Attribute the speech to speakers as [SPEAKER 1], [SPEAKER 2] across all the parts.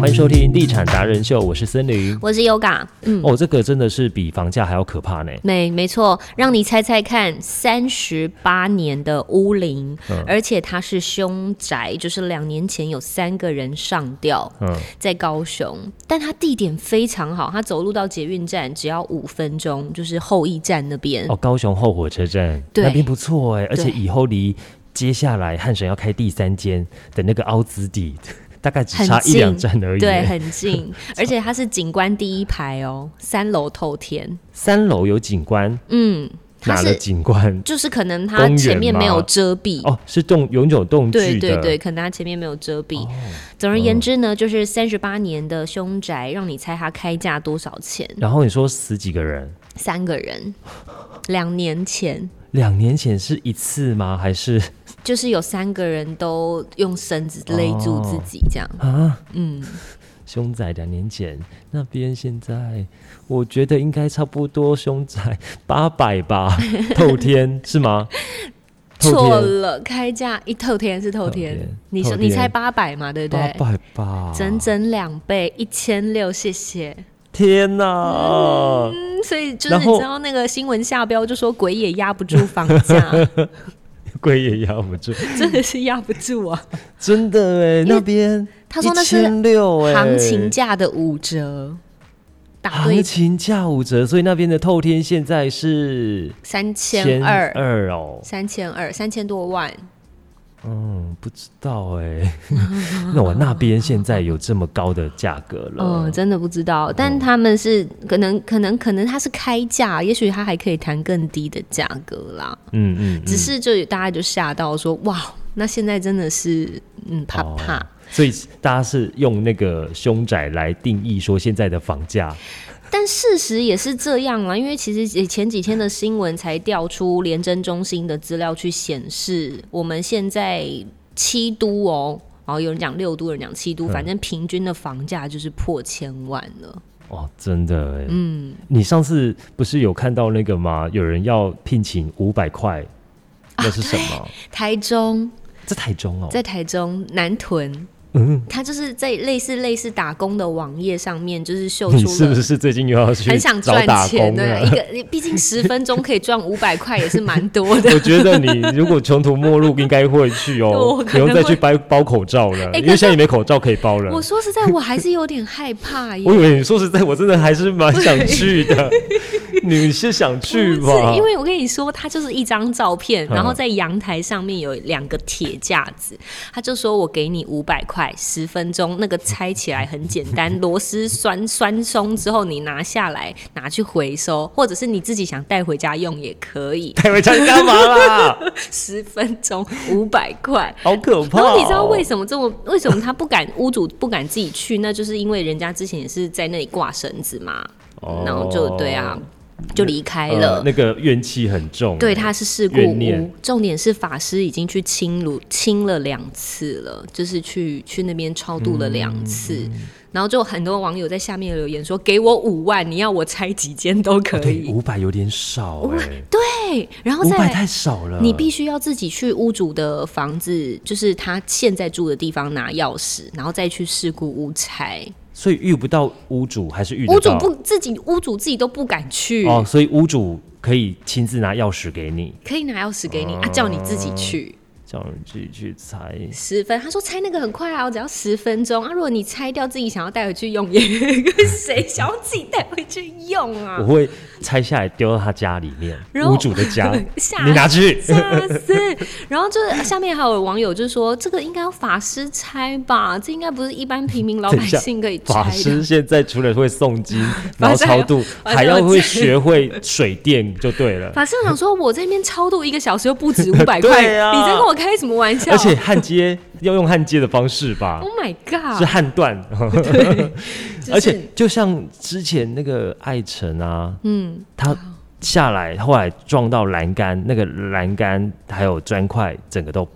[SPEAKER 1] 欢迎收听《地产达人秀》，我是森林。
[SPEAKER 2] 我是 Yoga，嗯，
[SPEAKER 1] 哦，这个真的是比房价还要可怕呢。
[SPEAKER 2] 没没错，让你猜猜看，三十八年的屋龄，
[SPEAKER 1] 嗯
[SPEAKER 2] 而且它是凶宅，就是两年前有三个人上吊
[SPEAKER 1] 嗯，
[SPEAKER 2] 在高雄，但它地点非常好，它走路到捷运站只要五分钟，就是后驿站那边。
[SPEAKER 1] 哦，高雄后火车站
[SPEAKER 2] 对
[SPEAKER 1] 那边不错哎，而且
[SPEAKER 2] 对
[SPEAKER 1] 以后离接下来汉神要开第三间的那个凹子底， 大概只
[SPEAKER 2] 很
[SPEAKER 1] 差一
[SPEAKER 2] 近
[SPEAKER 1] 两站而已。
[SPEAKER 2] 对，，很 近，而且它是景观第一排哦，三楼透天。
[SPEAKER 1] 三楼有景观，
[SPEAKER 2] 嗯，它
[SPEAKER 1] 哪的
[SPEAKER 2] 是
[SPEAKER 1] 景观？
[SPEAKER 2] 就是可能
[SPEAKER 1] 公
[SPEAKER 2] 它
[SPEAKER 1] 园
[SPEAKER 2] 前面没有
[SPEAKER 1] 吗
[SPEAKER 2] 遮蔽，
[SPEAKER 1] 哦，是动永久动
[SPEAKER 2] 对
[SPEAKER 1] 具
[SPEAKER 2] 对
[SPEAKER 1] 的。哦嗯
[SPEAKER 2] 对，可能它前面没有遮蔽。总而言之呢，就是三十八年的凶宅，让你猜它开价多少钱？
[SPEAKER 1] 然后你说十几个人，
[SPEAKER 2] 三个人，两年前
[SPEAKER 1] 两年前是一次吗？还是
[SPEAKER 2] 就是有三个人都用绳子勒住自己，这样。
[SPEAKER 1] 啊？
[SPEAKER 2] 嗯，
[SPEAKER 1] 凶宅两年前那边现在，我觉得应该差不多凶宅 八百 吧，透天是吗？透
[SPEAKER 2] 错
[SPEAKER 1] 天
[SPEAKER 2] 了，开价一透天是透天，
[SPEAKER 1] 透天
[SPEAKER 2] 你
[SPEAKER 1] 透
[SPEAKER 2] 说
[SPEAKER 1] 天
[SPEAKER 2] 你猜八百嘛，对不
[SPEAKER 1] 八
[SPEAKER 2] 对？
[SPEAKER 1] 百吧，
[SPEAKER 2] 整整两倍，一千六，谢谢。
[SPEAKER 1] 天哪、
[SPEAKER 2] 嗯，所以就是
[SPEAKER 1] 然
[SPEAKER 2] 你
[SPEAKER 1] 后
[SPEAKER 2] 知道那个新闻下标就说鬼也压不住房 价，
[SPEAKER 1] 鬼也压不住，
[SPEAKER 2] 真的是压不住啊。
[SPEAKER 1] 真的哎，那边
[SPEAKER 2] 他说那是
[SPEAKER 1] 千六哎，
[SPEAKER 2] 行情价的五折，打对
[SPEAKER 1] 行情价五折，所以那边的透天现在是
[SPEAKER 2] 三千二，
[SPEAKER 1] 二哦，
[SPEAKER 2] 三千二，三千多万，
[SPEAKER 1] 嗯，不知道哎， 那我那边现在有这么高的价格了，
[SPEAKER 2] 嗯，真的不知道，但他们是可能可能可能他是开价，也许他还可以谈更低的价格啦，
[SPEAKER 1] 嗯嗯，
[SPEAKER 2] 只
[SPEAKER 1] 嗯
[SPEAKER 2] 是就大家就吓到说哇，那现在真的是嗯怕
[SPEAKER 1] 哦
[SPEAKER 2] 怕。
[SPEAKER 1] 所以大家是用那个凶宅来定义说现在的房价，
[SPEAKER 2] 但事实也是这样啊啦，因为其实也前几天的新闻才调出廉政中心的资料去显示，我们现在七都哦。然后有人讲六都，有人讲七都，
[SPEAKER 1] 嗯
[SPEAKER 2] 反正平均的房价就是破千万了。
[SPEAKER 1] 哦，真的哎。
[SPEAKER 2] 嗯
[SPEAKER 1] 你上次不是有看到那个吗？有人要聘请五百块，那是什么？
[SPEAKER 2] 台中
[SPEAKER 1] 在台中哦，
[SPEAKER 2] 啊在台中南屯，
[SPEAKER 1] 嗯，
[SPEAKER 2] 它就是在类似类似打工的网页上面，就是秀出了
[SPEAKER 1] 你是不是最近又要去
[SPEAKER 2] 很想
[SPEAKER 1] 找
[SPEAKER 2] 赚
[SPEAKER 1] 打
[SPEAKER 2] 钱
[SPEAKER 1] 工啊
[SPEAKER 2] 的、
[SPEAKER 1] 了
[SPEAKER 2] 一？个，你毕竟十分钟可以赚五百块，也是蛮多 的。
[SPEAKER 1] 我觉得你如果穷途末路，应该会去 哦
[SPEAKER 2] 我，
[SPEAKER 1] 不
[SPEAKER 2] 可能
[SPEAKER 1] 用
[SPEAKER 2] 会哎
[SPEAKER 1] 再去包包口罩了，
[SPEAKER 2] 可是
[SPEAKER 1] 因为现在也没口罩可以包了
[SPEAKER 2] 我。说实在，我还是有点害怕耶。
[SPEAKER 1] 我以为你说实在，我真的还是蛮想去的。 你是想去
[SPEAKER 2] 不
[SPEAKER 1] 吧？
[SPEAKER 2] 是，因为我跟你说，他就是一张照片，
[SPEAKER 1] 嗯
[SPEAKER 2] 然后在阳台上面有两个铁架子，他就说我给你五百块，十分钟，那个拆起来很简 单，螺丝栓栓松之后你拿下来拿去回收，或者是你自己想带回家用也可以，
[SPEAKER 1] 带回家你 干嘛啦？
[SPEAKER 2] 十分钟五百块。
[SPEAKER 1] 好可怕、
[SPEAKER 2] 然
[SPEAKER 1] 哦！
[SPEAKER 2] 后你知道为什么这么？为什么他不敢屋主不敢自己去？那就是因为人家之前也是在那里挂绳子嘛，
[SPEAKER 1] 哦
[SPEAKER 2] 然后就对啊，就离开了。
[SPEAKER 1] 呃那个怨气很重。
[SPEAKER 2] 对，，它是事故
[SPEAKER 1] 怨念
[SPEAKER 2] 屋。重点是法师已经去清炉清了两次了，就是去去那边超度了
[SPEAKER 1] 嗯
[SPEAKER 2] 两次。然后就很多网友在下面留言说：“给我五万，你要我拆几间都可
[SPEAKER 1] 呃对，
[SPEAKER 2] 以。
[SPEAKER 1] 五百有点少哎、
[SPEAKER 2] 对，然后
[SPEAKER 1] 五
[SPEAKER 2] 再
[SPEAKER 1] 百
[SPEAKER 2] 来，
[SPEAKER 1] 太呃少了。
[SPEAKER 2] 你必须要自己去屋主的房子，就是他现在住的地方拿钥匙，然后再去事故屋拆。
[SPEAKER 1] 所以遇不到屋主还是遇得
[SPEAKER 2] 屋主
[SPEAKER 1] 到
[SPEAKER 2] 不自己，屋主自己都不敢去，
[SPEAKER 1] 哦，所以屋主可以亲自拿钥匙给你，
[SPEAKER 2] 可以拿钥匙给
[SPEAKER 1] 哦
[SPEAKER 2] 你、啊，叫你自己去。
[SPEAKER 1] 叫你自己去猜。
[SPEAKER 2] 十分，他说拆那个很快啊，我只要十分钟啊。如果你拆掉自己想要带回去用，也 跟谁想要自己带回去用
[SPEAKER 1] 我
[SPEAKER 2] 啊？
[SPEAKER 1] 会拆下来丢到他家里面，
[SPEAKER 2] 然后，
[SPEAKER 1] 屋主的家
[SPEAKER 2] 吓
[SPEAKER 1] 你拿去。
[SPEAKER 2] 吓死！然后就是下面还有网友就说，这个应该要法师拆吧，这应该不是一般平民老百姓可以拆
[SPEAKER 1] 法
[SPEAKER 2] 的。
[SPEAKER 1] 师现在除了会诵 经，然后
[SPEAKER 2] 师还
[SPEAKER 1] 超
[SPEAKER 2] 要
[SPEAKER 1] 度，
[SPEAKER 2] 还要
[SPEAKER 1] 还要
[SPEAKER 2] 这
[SPEAKER 1] 会
[SPEAKER 2] 样
[SPEAKER 1] 学会水电就对 了。
[SPEAKER 2] 法师想说，我这边超度一个小时又不止五 百块，
[SPEAKER 1] 对啊
[SPEAKER 2] 你在跟我开什么玩笑？
[SPEAKER 1] 而且焊接要用焊接的方式吧
[SPEAKER 2] o，h my
[SPEAKER 1] 是
[SPEAKER 2] God！
[SPEAKER 1] 焊断。
[SPEAKER 2] 嗯啊就是
[SPEAKER 1] 而且就像之前那个艾辰啊，
[SPEAKER 2] 嗯，
[SPEAKER 1] 他下来后来撞到栏杆，那个栏杆还有砖块整个都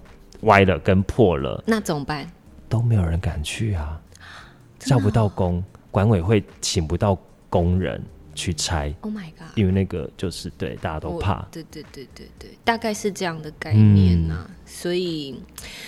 [SPEAKER 1] 歪了跟破了，
[SPEAKER 2] 那怎么办？
[SPEAKER 1] 都没有人敢去啊，
[SPEAKER 2] 真的
[SPEAKER 1] 叫不到工，管委会请不到工人，去拆，
[SPEAKER 2] Oh my god！
[SPEAKER 1] 因为那个就是对大家都
[SPEAKER 2] 我
[SPEAKER 1] 怕。嗯
[SPEAKER 2] 对对对对对，大概是这样的概念呐、所以，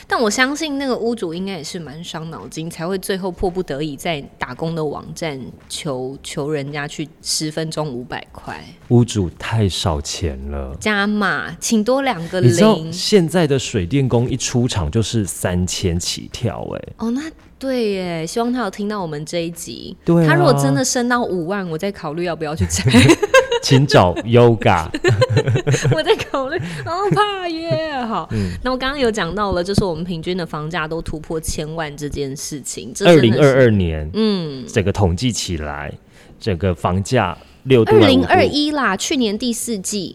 [SPEAKER 2] 但我相信那个屋主应该也是蛮伤脑筋，才会最后迫不得已在打工的网站求求人家去十分钟五百块
[SPEAKER 1] 屋主太少钱了。
[SPEAKER 2] 加码，请多两个
[SPEAKER 1] 你知道
[SPEAKER 2] 零。
[SPEAKER 1] 现在的水电工一出厂就是三千起跳、哎，
[SPEAKER 2] 哦，那对耶，希望他有听到我们这一集。
[SPEAKER 1] 对啊
[SPEAKER 2] 他如果真的升到五万，我再考虑要不要去拆。
[SPEAKER 1] 请找 Yoga，
[SPEAKER 2] 我在考虑，好怕耶。好，
[SPEAKER 1] 嗯
[SPEAKER 2] 那我刚刚有讲到了，就是我们平均的房价都突破千万这件事情。这
[SPEAKER 1] 二
[SPEAKER 2] 真
[SPEAKER 1] 零
[SPEAKER 2] 的是
[SPEAKER 1] 二二年
[SPEAKER 2] 嗯，
[SPEAKER 1] 整个统计起来，整个房价六度
[SPEAKER 2] 二
[SPEAKER 1] 啊
[SPEAKER 2] 零二，
[SPEAKER 1] 五度
[SPEAKER 2] 一啦，去年第四季，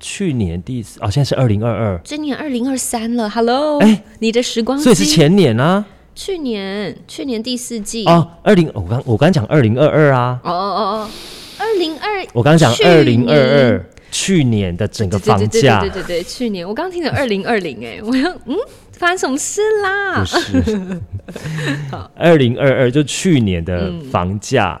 [SPEAKER 1] 去年第四哦，现在是二零二二，
[SPEAKER 2] 今年二零二三了。Hello，、
[SPEAKER 1] 哎
[SPEAKER 2] 你的时光
[SPEAKER 1] 所以是
[SPEAKER 2] 机，
[SPEAKER 1] 前年啊，
[SPEAKER 2] 去年去年第四季。哦
[SPEAKER 1] 哦，二零我刚我刚讲二零二二啊，
[SPEAKER 2] 哦哦哦，二零二。
[SPEAKER 1] 我刚讲
[SPEAKER 2] 去
[SPEAKER 1] 二
[SPEAKER 2] 年
[SPEAKER 1] 零二二去年的整个
[SPEAKER 2] 对
[SPEAKER 1] 房
[SPEAKER 2] 对对对
[SPEAKER 1] 价
[SPEAKER 2] 对对对，去年我刚听成二零二零，哎，我要嗯，发生什么事啦
[SPEAKER 1] 不？是， 二零二二就去年的
[SPEAKER 2] 嗯
[SPEAKER 1] 房价、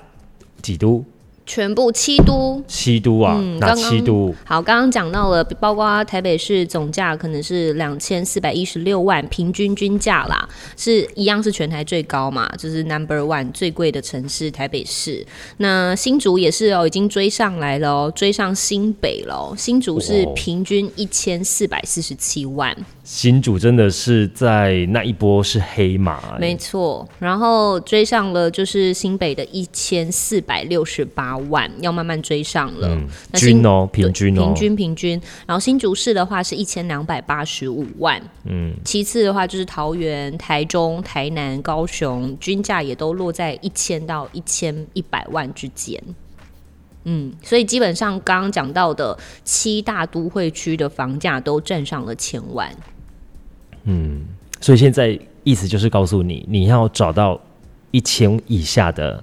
[SPEAKER 1] 几都
[SPEAKER 2] 全部七都
[SPEAKER 1] 七都啊，
[SPEAKER 2] 嗯
[SPEAKER 1] 哪
[SPEAKER 2] 刚刚
[SPEAKER 1] 七都？
[SPEAKER 2] 好，刚刚讲到了，包括台北市总价可能是两千四百一十六万，平均均价啦，是一样是全台最高嘛，就是 number one 最贵的城市台北市。那新竹也是哦，已经追上来了哦，追上新北了哦。新竹是
[SPEAKER 1] 哇哦哎
[SPEAKER 2] 平均一千四百四十七万，
[SPEAKER 1] 新主真的是在那一波是黑马、欸
[SPEAKER 2] 没错，然后追上了就是新北的一千四百六十八万，要慢慢追上了。那新
[SPEAKER 1] 均哦，平均哦，
[SPEAKER 2] 平均平均。然后新竹市的话是一千两百八十五万，嗯，其次的话就是桃园、台中、台南、高雄，均价也都落在一千到一千一百万之间。嗯，所以基本上刚刚讲到的七大都会区的房价都站上了千万，
[SPEAKER 1] 所以现在意思就是告诉你，你要找到一千以下的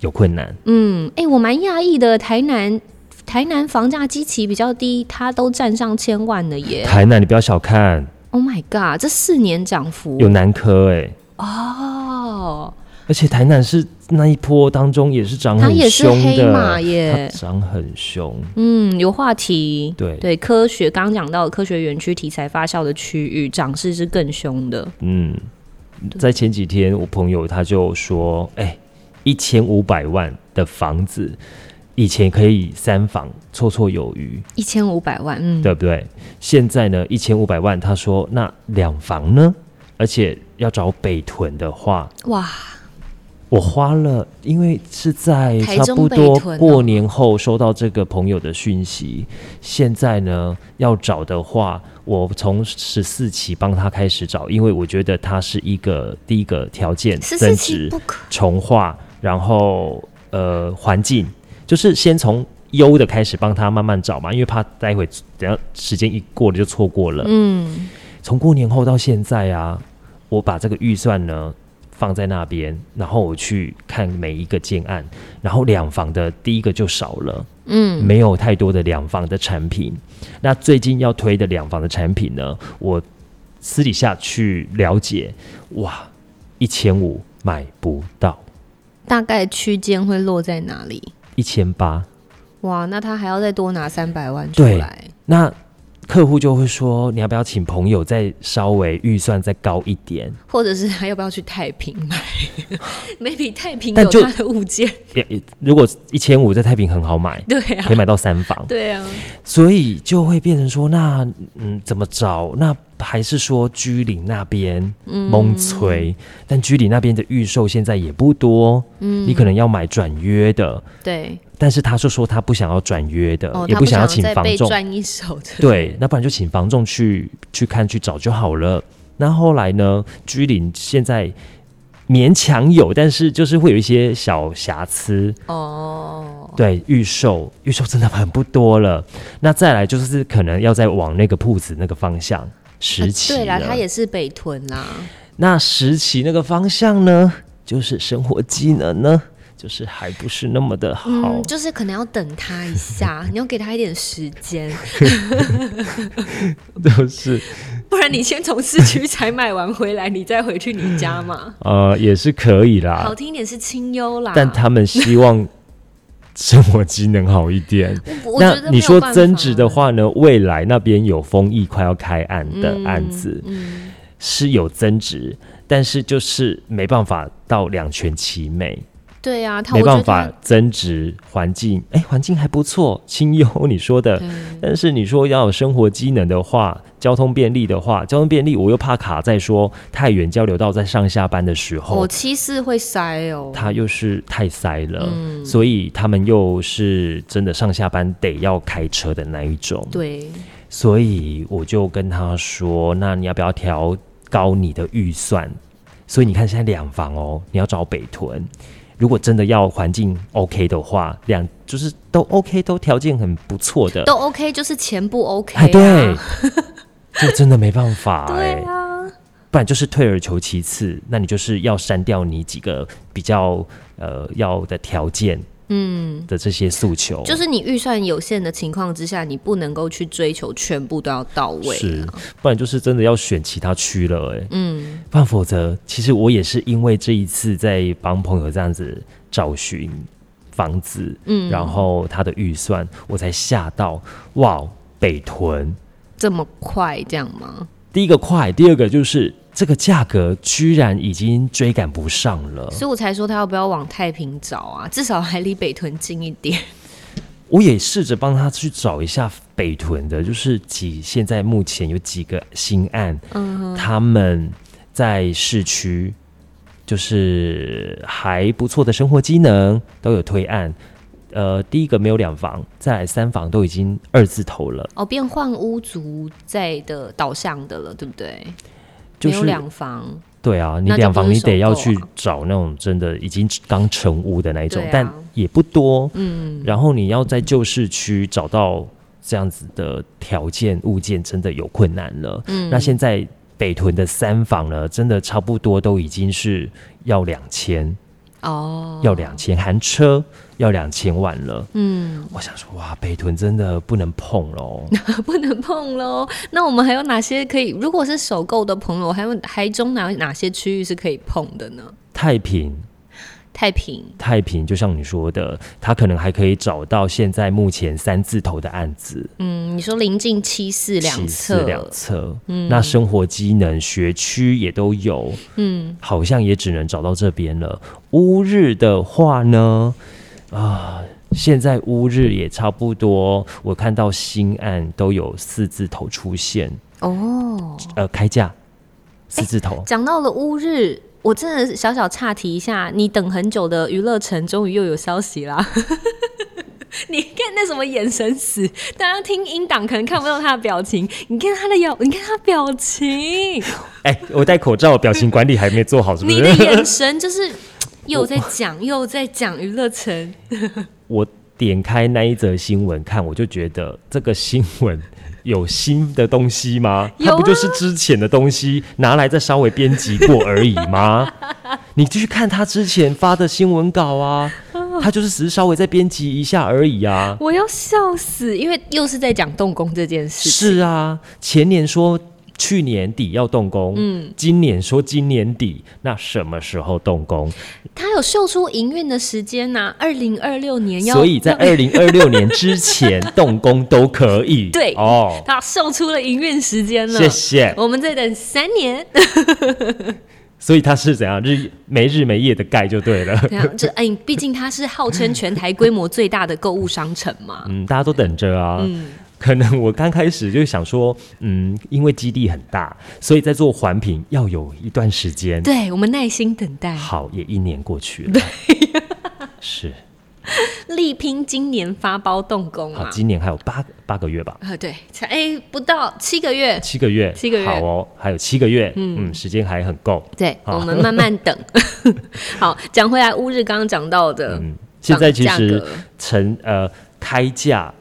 [SPEAKER 1] 有困难。
[SPEAKER 2] 嗯，哎、我蛮讶异的，台南台南房价基期比较低，它都站上千万了耶
[SPEAKER 1] 台南你不要小看，
[SPEAKER 2] ！Oh my god，这四年涨幅
[SPEAKER 1] 有南科哎、
[SPEAKER 2] 哦，
[SPEAKER 1] 而且台南是那一波当中也是涨
[SPEAKER 2] 它
[SPEAKER 1] 很
[SPEAKER 2] 也是
[SPEAKER 1] 凶
[SPEAKER 2] 黑马
[SPEAKER 1] 的，它
[SPEAKER 2] 耶，
[SPEAKER 1] 涨很凶，
[SPEAKER 2] 嗯，有话题。
[SPEAKER 1] 对，
[SPEAKER 2] 对科学，刚刚讲到科学园区题材发酵的区域，涨势是更凶的。
[SPEAKER 1] 嗯，在前几天我朋友他就说，哎、一千五百万的房子。以前可以三房绰绰有余，
[SPEAKER 2] 一千五百万，嗯，
[SPEAKER 1] 对不对？现在呢，一千五百万，他说那两房呢？而且要找北屯的话，
[SPEAKER 2] 哇，
[SPEAKER 1] 我花了，因为是在
[SPEAKER 2] 台
[SPEAKER 1] 差
[SPEAKER 2] 中
[SPEAKER 1] 不多
[SPEAKER 2] 北屯哦
[SPEAKER 1] 过年后收到这个朋友的讯息。现在呢，要找的话，我从十四期帮他开始找，因为我觉得他是一个第一个条件
[SPEAKER 2] 十
[SPEAKER 1] 增
[SPEAKER 2] 四期
[SPEAKER 1] 值
[SPEAKER 2] 不可，
[SPEAKER 1] 重化，然后呃环境，就是先从优的开始帮他慢慢找嘛，因为怕待会等下时间一过了就错过了。
[SPEAKER 2] 嗯，
[SPEAKER 1] 从过年后到现在啊，我把这个预算呢放在那边，然后我去看每一个建案，然后两房的第一个就少了，嗯，没有太多的两房的产品。那最近要推的两房的产品呢，我私底下去了解，哇，一千五买不到，
[SPEAKER 2] 大概区间会落在哪里？
[SPEAKER 1] 一千八，
[SPEAKER 2] 哇，那他还要再多拿三百万出
[SPEAKER 1] 对
[SPEAKER 2] 来，
[SPEAKER 1] 那。客户就会说：“你要不要请朋友再稍微预算再高一点？
[SPEAKER 2] 或者是还要不要去太平买 ？maybe 太平
[SPEAKER 1] 但
[SPEAKER 2] 有
[SPEAKER 1] 就
[SPEAKER 2] 它的物件，
[SPEAKER 1] 也也如果一千五在太平很好买，
[SPEAKER 2] 对啊
[SPEAKER 1] 可以，买到三房。
[SPEAKER 2] 对啊，
[SPEAKER 1] 所以就会变成说，那嗯，怎么找？那还是说居里那边
[SPEAKER 2] 嗯
[SPEAKER 1] 蒙催，但居里那边的预售现在也不多，嗯，你可能要买转约的，
[SPEAKER 2] 对，
[SPEAKER 1] 但是他是说他不想要转约的，
[SPEAKER 2] 哦，
[SPEAKER 1] 呃也
[SPEAKER 2] 他不
[SPEAKER 1] 想
[SPEAKER 2] 要
[SPEAKER 1] 请
[SPEAKER 2] 再
[SPEAKER 1] 房
[SPEAKER 2] 被
[SPEAKER 1] 仲，
[SPEAKER 2] 赚一手的，
[SPEAKER 1] 对，那不然就请房仲去去看去找就好了。那后来呢，居里现在勉强有，但是就是会有一些小瑕疵，
[SPEAKER 2] 哦，
[SPEAKER 1] 对，预售预售真的很不多了。那再来就是可能要再往那个铺子那个方向
[SPEAKER 2] 啊
[SPEAKER 1] 十期、
[SPEAKER 2] 对啦，他也是北屯啦，
[SPEAKER 1] 那十期那个方向呢，就是生活技能呢，就是还不是那么的好。
[SPEAKER 2] 嗯，就是可能要等他一下， 你要给他一点时间，
[SPEAKER 1] 就是
[SPEAKER 2] 不然你先从市区采买完回来，你再回去你家嘛。
[SPEAKER 1] 呃，也是可以啦
[SPEAKER 2] 好，听一点是清幽啦，
[SPEAKER 1] 但他们希望生活机能好一点。
[SPEAKER 2] 我觉得
[SPEAKER 1] 那
[SPEAKER 2] 没
[SPEAKER 1] 你
[SPEAKER 2] 有
[SPEAKER 1] 说
[SPEAKER 2] 办
[SPEAKER 1] 增
[SPEAKER 2] 法啊
[SPEAKER 1] 值的，话呢？未来那边有丰益快要开案的案子、
[SPEAKER 2] 嗯，
[SPEAKER 1] 是有增值，但是就是没办法到两全其美，
[SPEAKER 2] 对啊，他
[SPEAKER 1] 没
[SPEAKER 2] 我觉
[SPEAKER 1] 办
[SPEAKER 2] 得
[SPEAKER 1] 法呃增值环境。哎，环境还不错，清幽你说的
[SPEAKER 2] 他，对
[SPEAKER 1] 但是你说要有生活机能的话，交通便利的话，交通便利我又怕卡在说太远交流道在上下班的时候，
[SPEAKER 2] 我七四会塞哦，
[SPEAKER 1] 它又是太塞了，
[SPEAKER 2] 嗯
[SPEAKER 1] 所以他们又是真的上下班得要开车的那一种。
[SPEAKER 2] 对，
[SPEAKER 1] 所以我就跟他说：“那你要不要调高你的预算？”所以你看，现在两房哦，你要找北屯。如果真的要环境 OK 的话，两就是都 OK，都条件很不错的，
[SPEAKER 2] 都 OK，就是钱不 OK，、啊、
[SPEAKER 1] 哎， 对，就真的没办法哎、
[SPEAKER 2] 对啊，
[SPEAKER 1] 不然就是退而求其次，那你就是要删掉你几个比较呃要的条件，嗯的这些诉求，
[SPEAKER 2] 就是你预算有限的情况之下，你不能够去追求全部都要到位、
[SPEAKER 1] 是
[SPEAKER 2] 啊，，
[SPEAKER 1] 不然就是真的要选其他区了哎、
[SPEAKER 2] 嗯，
[SPEAKER 1] 不然否则，其实我也是因为这一次在帮朋友这样子找寻房子，嗯，然后他的预算，我才吓到，哇，北屯
[SPEAKER 2] 这么快这样吗？
[SPEAKER 1] 第一个快，第二个就是这个价格居然已经追赶不上了。
[SPEAKER 2] 所以我才说他要不要往太平找啊， 至少还离北屯近一点。
[SPEAKER 1] 我也试着帮他去找一下北屯的，就是几现在目前有几个新案，他们在市区就是还不错的生活机能都有推案。呃，第一个没有两房，再来三房都已经二字头了，
[SPEAKER 2] 哦，变换屋族在的导向的了，对不对？
[SPEAKER 1] 就
[SPEAKER 2] 没有
[SPEAKER 1] 是
[SPEAKER 2] 两房，
[SPEAKER 1] 对啊，你
[SPEAKER 2] 那就
[SPEAKER 1] 两房
[SPEAKER 2] 不是
[SPEAKER 1] 你得要
[SPEAKER 2] 首购啊
[SPEAKER 1] 去找那种真的已经刚成屋的那一种，
[SPEAKER 2] 对啊
[SPEAKER 1] 但也不多，
[SPEAKER 2] 嗯，
[SPEAKER 1] 然后你要在旧市区找到这样子的条件物件，真的有困难了。嗯，那现在北屯的三房呢，真的差不多都已经是要两千，
[SPEAKER 2] 哦，
[SPEAKER 1] 要两千含车要两千万了。
[SPEAKER 2] 嗯，
[SPEAKER 1] 我想说，哇，北屯真的不能碰喽。
[SPEAKER 2] 不能碰喽。那我们还有哪些可以？如果是首购的朋友，还有台中哪哪些区域是可以碰的呢？
[SPEAKER 1] 太平，
[SPEAKER 2] 太平，
[SPEAKER 1] 太平，就像你说的，他可能还可以找到现在目前三字头的案子，
[SPEAKER 2] 嗯，你说临近七四两
[SPEAKER 1] 起
[SPEAKER 2] 侧
[SPEAKER 1] 司，两侧，那生活机能、学区也都有，
[SPEAKER 2] 嗯，
[SPEAKER 1] 好像也只能找到这边了。乌日的话呢，啊，现在乌日也差不多，我看到新案都有四字头出现，
[SPEAKER 2] 哦，
[SPEAKER 1] 呃，开价四字头。
[SPEAKER 2] 讲到了乌日，我真的小小岔题一下，你等很久的娱乐城终于又有消息啦。 你看那什么眼神死，大家听音档可能看不到他的表情，你看他的表，你看他表情，
[SPEAKER 1] 哎、我戴口罩，表情管理还没做好，是不
[SPEAKER 2] 你的
[SPEAKER 1] 是？
[SPEAKER 2] 眼神就是又在讲又在讲娱乐城，
[SPEAKER 1] 我点开那一则新闻看，我就觉得这个新闻。有新的东西吗？
[SPEAKER 2] 有啊
[SPEAKER 1] 它不就是之前的东西拿来再稍微编辑过而已吗？ 你继续看他之前发的新闻稿啊，他就是只是稍微再编辑一下而已啊。
[SPEAKER 2] 我要笑死，因为又是在讲动工这件事情。
[SPEAKER 1] 是啊，前年说去年底要动工，嗯，今年说今年底，那什么时候动工？
[SPEAKER 2] 他有秀出营运的时间呐、2二零二六年要，
[SPEAKER 1] 所以在
[SPEAKER 2] 要
[SPEAKER 1] 二零二六年之前动工都可以。
[SPEAKER 2] 对
[SPEAKER 1] 哦，
[SPEAKER 2] 他秀出了营运时间了。
[SPEAKER 1] 谢谢。
[SPEAKER 2] 我们再等三年，
[SPEAKER 1] 所以他是怎样日没日没夜的盖就对了。
[SPEAKER 2] 对啊，这哎，毕竟它是号称全台规模最大的购物商城嘛。
[SPEAKER 1] 嗯，大家都等着啊。
[SPEAKER 2] 嗯
[SPEAKER 1] 可能我刚开始就想说，嗯，因为基地很大，所以在做环评要有一段时间。
[SPEAKER 2] 对，我们耐心等待，
[SPEAKER 1] 好，也一年过去了。 是，
[SPEAKER 2] 力拼今年发包动工
[SPEAKER 1] 好，
[SPEAKER 2] 嘛。
[SPEAKER 1] 今年还有八八个月吧，
[SPEAKER 2] 啊，对，才哎不到七个月，
[SPEAKER 1] 七个月，
[SPEAKER 2] 七个月
[SPEAKER 1] 好哦，还有七个月，嗯时间还很够。
[SPEAKER 2] 对，
[SPEAKER 1] 好
[SPEAKER 2] 我们慢慢等。 好，讲回来，乌日刚刚讲到的，
[SPEAKER 1] 嗯，现在其
[SPEAKER 2] 价
[SPEAKER 1] 实
[SPEAKER 2] 格
[SPEAKER 1] 成呃开价，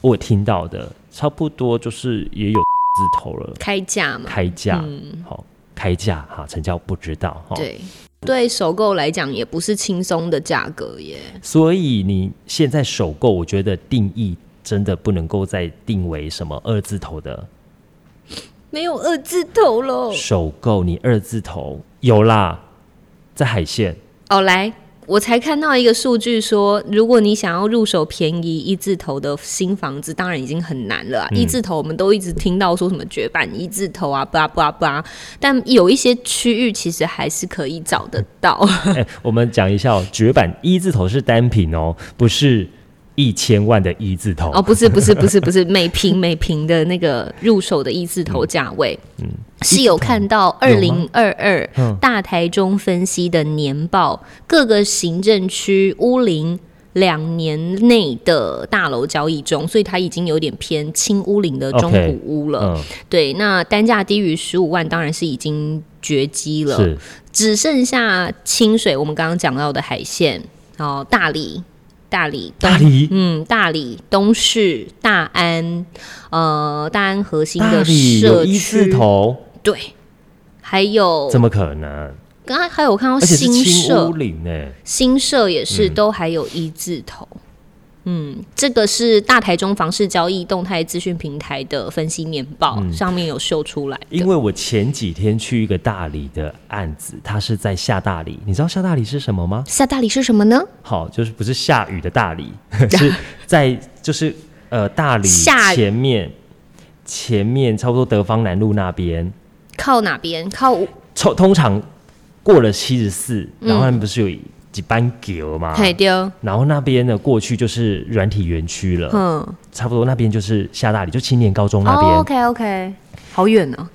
[SPEAKER 1] 我听到的差不多就是也有字头了，
[SPEAKER 2] 开价嘛，
[SPEAKER 1] 开价，
[SPEAKER 2] 嗯
[SPEAKER 1] 好、开价哈，成交不知道哈。
[SPEAKER 2] 对，对首购来讲也不是轻松的价格耶。
[SPEAKER 1] 所以你现在首购，我觉得定义真的不能够再定为什么二字头的
[SPEAKER 2] 没有二字头喽。
[SPEAKER 1] 首购，你二字头有啦，在海线
[SPEAKER 2] 哦，来，我才看到一个数据说，如果你想要入手便宜一字头的新房子，当然已经很难了、啊。一字头我们都一直听到说什么绝版一字头啊，巴拉巴拉巴拉。但有一些区域其实还是可以找得到。
[SPEAKER 1] 哎、我们讲一下哦，绝版一字头是单品哦，不是一千万的一字头。
[SPEAKER 2] 哦，不是不是不是不是，每平每平的那个入手的一字头价位，是有看到二
[SPEAKER 1] 嗯有吗
[SPEAKER 2] 零二二
[SPEAKER 1] 嗯
[SPEAKER 2] 大台中分析的年报，各个行政区乌林。两年内的大楼交易中，所以它已经有点偏轻乌林的中
[SPEAKER 1] OK，
[SPEAKER 2] 古屋了。
[SPEAKER 1] 嗯，
[SPEAKER 2] 对，那单价低于十五万，当然是已经绝迹了。
[SPEAKER 1] 是
[SPEAKER 2] 只剩下清水，我们刚刚讲到的海鲜，然后大理、大理、东
[SPEAKER 1] 大理
[SPEAKER 2] 嗯，大理、东市、大安，呃，大安核心
[SPEAKER 1] 大
[SPEAKER 2] 的
[SPEAKER 1] 理有
[SPEAKER 2] 社
[SPEAKER 1] 一字
[SPEAKER 2] 区，
[SPEAKER 1] 头，
[SPEAKER 2] 对，还有
[SPEAKER 1] 怎么可能？
[SPEAKER 2] 刚刚还有看到
[SPEAKER 1] 而且是
[SPEAKER 2] 哦新
[SPEAKER 1] 青
[SPEAKER 2] 社
[SPEAKER 1] 屋，岭欸呢，
[SPEAKER 2] 新社也是
[SPEAKER 1] 嗯
[SPEAKER 2] 都还有一字头。嗯这个是大台中房市交易动态资讯平台的分析年报，上面有秀出来
[SPEAKER 1] 嗯因
[SPEAKER 2] 的。
[SPEAKER 1] 为我前几天去一个大理的案子，它是在下大理，你知道下大理是什么吗？
[SPEAKER 2] 下大理是什么呢？
[SPEAKER 1] 好，就是不是下雨的大理， 是在就是呃大理
[SPEAKER 2] 下雨
[SPEAKER 1] 前面前面差不多德芳南路那边，
[SPEAKER 2] 靠哪边？靠五
[SPEAKER 1] 通通常过了七十四，
[SPEAKER 2] 嗯
[SPEAKER 1] 然后他们不是有几班狗吗？
[SPEAKER 2] 海丢，
[SPEAKER 1] 然后那边呢，过去就是软体园区了，
[SPEAKER 2] 嗯，
[SPEAKER 1] 差不多那边就是下大理，就青年高中呃那边。
[SPEAKER 2] 哦、OK OK，好远哦，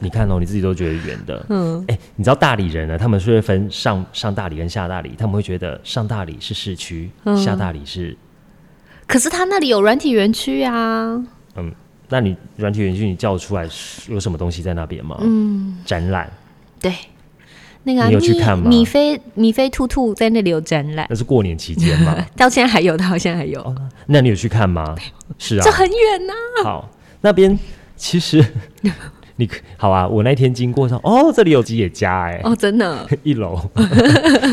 [SPEAKER 1] 你看哦，你自己都觉得远的。嗯，哎、你知道大理人呢，他们是会分上上大理跟下大理，他们会觉得上大理是市区，
[SPEAKER 2] 嗯
[SPEAKER 1] 下大理是
[SPEAKER 2] 可是它那里有软体园区啊，
[SPEAKER 1] 嗯。那你软体园区你叫出来是有什么东西在那边吗？嗯，展览
[SPEAKER 2] 对，那个、啊、
[SPEAKER 1] 你有去看吗呃
[SPEAKER 2] 米米菲米菲兔兔在那里有展览，
[SPEAKER 1] 那是过年期间 嘛。
[SPEAKER 2] 到现在还有，到现在还
[SPEAKER 1] 哦
[SPEAKER 2] 有，
[SPEAKER 1] 那你有去看吗？是啊
[SPEAKER 2] 这，很远呐、
[SPEAKER 1] 好，那边其实 你可好啊，我那天经过说，哦，这里有吉野家哎、
[SPEAKER 2] 哦，真的，
[SPEAKER 1] 一楼，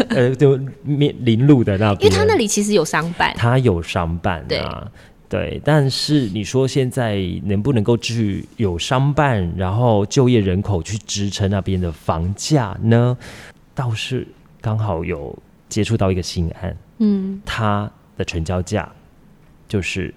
[SPEAKER 1] 呃，就面林路的那边，
[SPEAKER 2] 因为它那里其实有商办，
[SPEAKER 1] 它有商办
[SPEAKER 2] 对
[SPEAKER 1] 啊。对，但是你说现在能不能够去有商办，然后就业人口去支撑那边的房价呢？倒是刚好有接触到一个新案，
[SPEAKER 2] 嗯，
[SPEAKER 1] 它的成交价就是，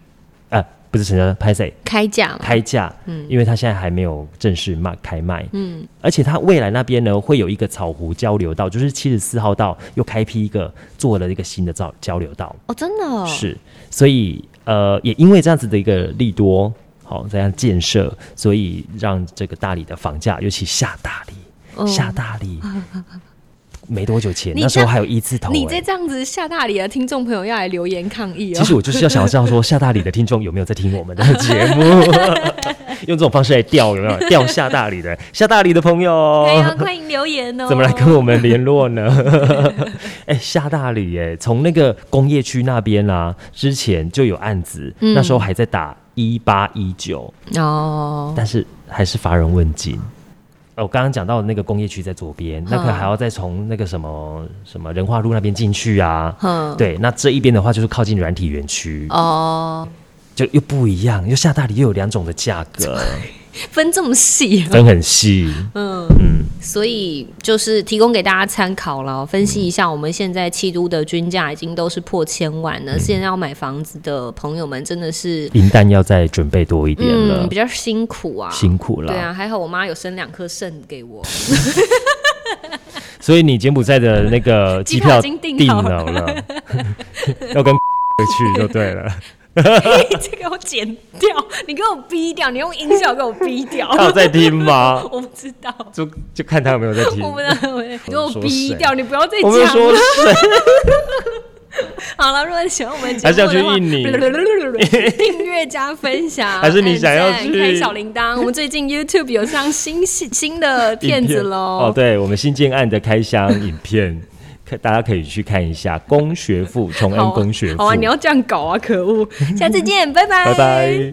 [SPEAKER 1] 呃，不是成交价，拍谁
[SPEAKER 2] 开价嘛，
[SPEAKER 1] 开价，
[SPEAKER 2] 嗯
[SPEAKER 1] 因为它现在还没有正式卖开卖，
[SPEAKER 2] 嗯，
[SPEAKER 1] 而且它未来那边呢会有一个草湖交流道，就是七十四号道又开辟一个做了一个新的造交流道，
[SPEAKER 2] 哦，真的、哦，，
[SPEAKER 1] 是，所以呃也因为这样子的一个利多，好、这样建设，所以让这个大理的房价，尤其下大理，
[SPEAKER 2] 嗯
[SPEAKER 1] 下大理。没多久前，
[SPEAKER 2] 你
[SPEAKER 1] 那时候
[SPEAKER 2] 这
[SPEAKER 1] 还有一字头、欸。
[SPEAKER 2] 你在这样子下大理的听众朋友要来留言抗议哦
[SPEAKER 1] 其，实我就是要想要知 道说，下大理的听众有没有在听我们的节目， 用这种方式来钓有没有钓下大理的下大理的朋友
[SPEAKER 2] 对，啊，欢迎留言哦，
[SPEAKER 1] 哦怎么来跟我们联络呢？ 哎、下大理耶、从那个工业区那边啦、之前就有案子，那时候还在打一八一九，
[SPEAKER 2] 嗯哦，
[SPEAKER 1] 但是还是乏人问津。呃我刚刚讲到那个工业区在左边，那个
[SPEAKER 2] 嗯
[SPEAKER 1] 还要再从那个什么什么仁化路那边进去啊。
[SPEAKER 2] 嗯，
[SPEAKER 1] 对，那这一边的话就是靠近软体园区。
[SPEAKER 2] 哦，
[SPEAKER 1] 就又不一样，又下大理又有两种的价 格，
[SPEAKER 2] 分这么细、哦。
[SPEAKER 1] 分很细。
[SPEAKER 2] 嗯
[SPEAKER 1] 嗯
[SPEAKER 2] 所以就是提供给大家参考了，分析一下我们现在七都的均价已经都是破千万
[SPEAKER 1] 嗯
[SPEAKER 2] 了，现在要买房子的朋友们真的是，
[SPEAKER 1] 银蛋要再准备多一点了，
[SPEAKER 2] 嗯，比较辛苦啊。
[SPEAKER 1] 辛苦了。
[SPEAKER 2] 对啊，还好我妈有生两颗肾 给我，
[SPEAKER 1] 所以你柬埔寨的那个
[SPEAKER 2] 机
[SPEAKER 1] 机
[SPEAKER 2] 票
[SPEAKER 1] 票
[SPEAKER 2] 已经订好了
[SPEAKER 1] 了 要 跟去就对了。
[SPEAKER 2] 哎这个我剪掉，你给我逼掉，你用音效给我逼 掉，
[SPEAKER 1] 他有在听 吗？
[SPEAKER 2] 我不知道，
[SPEAKER 1] 就就看他有没有在听。
[SPEAKER 2] 我不知道，我给我
[SPEAKER 1] 嗯说
[SPEAKER 2] 逼
[SPEAKER 1] 谁
[SPEAKER 2] 掉，你不要再
[SPEAKER 1] 我没有
[SPEAKER 2] 讲
[SPEAKER 1] 说
[SPEAKER 2] 了。
[SPEAKER 1] 谁，
[SPEAKER 2] 好了，如果你喜欢我们节
[SPEAKER 1] 还是要
[SPEAKER 2] 目的
[SPEAKER 1] 去
[SPEAKER 2] 话，
[SPEAKER 1] 印尼
[SPEAKER 2] 订阅加分享，
[SPEAKER 1] 还是你想要
[SPEAKER 2] 按赞
[SPEAKER 1] 去
[SPEAKER 2] 开小铃铛？我们最近 YouTube 有上新戏新的片 子喽。
[SPEAKER 1] 哦，对，我们新建案的开箱影片，可大家可以去看一下《公学父》重
[SPEAKER 2] 好
[SPEAKER 1] 恩
[SPEAKER 2] 啊
[SPEAKER 1] 公学父。
[SPEAKER 2] 好啊，你要这样搞啊！可恶，下次见，
[SPEAKER 1] 拜拜。